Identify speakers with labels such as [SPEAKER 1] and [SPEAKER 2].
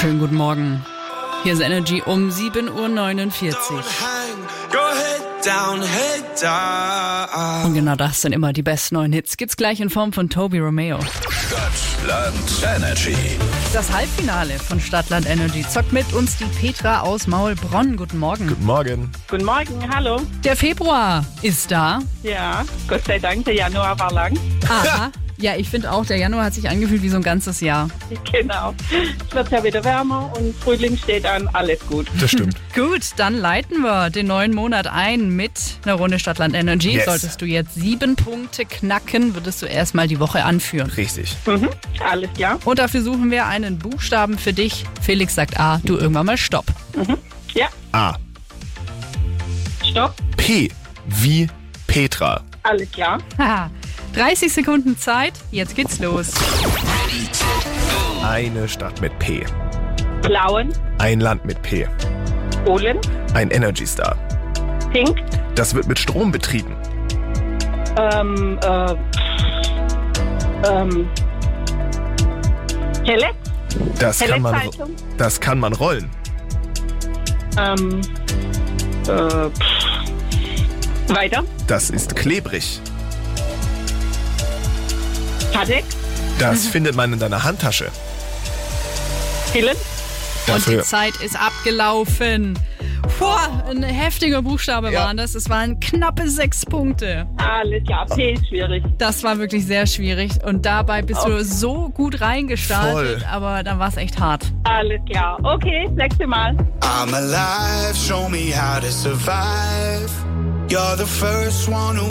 [SPEAKER 1] Schönen guten Morgen. Hier ist Energy um 7.49 Uhr. Und genau das sind immer die besten neuen Hits. Gibt's gleich in Form von Toby Romeo.
[SPEAKER 2] Stadtland Energy.
[SPEAKER 1] Das Halbfinale von Stadtland Energy zockt mit uns die Petra aus Maulbronn. Guten Morgen.
[SPEAKER 3] Guten Morgen.
[SPEAKER 4] Guten Morgen, hallo.
[SPEAKER 1] Der Februar ist da.
[SPEAKER 4] Ja, Gott sei Dank, der Januar war lang.
[SPEAKER 1] Aha. Ja, ich finde auch, der Januar hat sich angefühlt wie so ein ganzes Jahr.
[SPEAKER 4] Genau. Es wird ja wieder wärmer und Frühling steht an, alles gut.
[SPEAKER 3] Das stimmt.
[SPEAKER 1] Gut, dann leiten wir den neuen Monat ein mit einer Runde Stadtland Energy.
[SPEAKER 3] Yes.
[SPEAKER 1] Solltest du jetzt sieben Punkte knacken, würdest du erstmal die Woche anführen.
[SPEAKER 3] Richtig.
[SPEAKER 4] Mhm. Alles klar.
[SPEAKER 1] Und dafür suchen wir einen Buchstaben für dich. Felix sagt A, du irgendwann mal Stopp.
[SPEAKER 4] Ja,
[SPEAKER 3] A.
[SPEAKER 4] stopp.
[SPEAKER 3] P. Wie Petra.
[SPEAKER 4] Alles klar.
[SPEAKER 1] Haha. 30 Sekunden Zeit, jetzt geht's los.
[SPEAKER 3] Eine Stadt mit P.
[SPEAKER 4] Plauen,
[SPEAKER 3] Ein Land mit P.
[SPEAKER 4] Polen,
[SPEAKER 3] Ein Energy Star.
[SPEAKER 4] Pink,
[SPEAKER 3] Das wird mit Strom betrieben.
[SPEAKER 4] ähm, äh, ähm, Helle,
[SPEAKER 3] Das kann man,
[SPEAKER 4] Helletzeitung.
[SPEAKER 3] das kann man rollen.
[SPEAKER 4] ähm, äh, pff. weiter,
[SPEAKER 3] Das ist klebrig.
[SPEAKER 4] Tadek,
[SPEAKER 3] Das findet man in deiner Handtasche.
[SPEAKER 4] Hillen,
[SPEAKER 1] Und die
[SPEAKER 3] Dafür.
[SPEAKER 1] Zeit ist abgelaufen. Boah, ein heftiger Buchstabe
[SPEAKER 3] Ja.
[SPEAKER 1] waren das. Es waren knappe sechs Punkte.
[SPEAKER 4] alles klar. P ist schwierig.
[SPEAKER 1] Das war wirklich sehr schwierig. Und dabei bist du so gut reingestartet,
[SPEAKER 3] Voll.
[SPEAKER 1] aber dann war es echt hart.
[SPEAKER 4] Alles klar. Okay, das nächste Mal.
[SPEAKER 5] I'm alive, show me how to survive. You're the first one who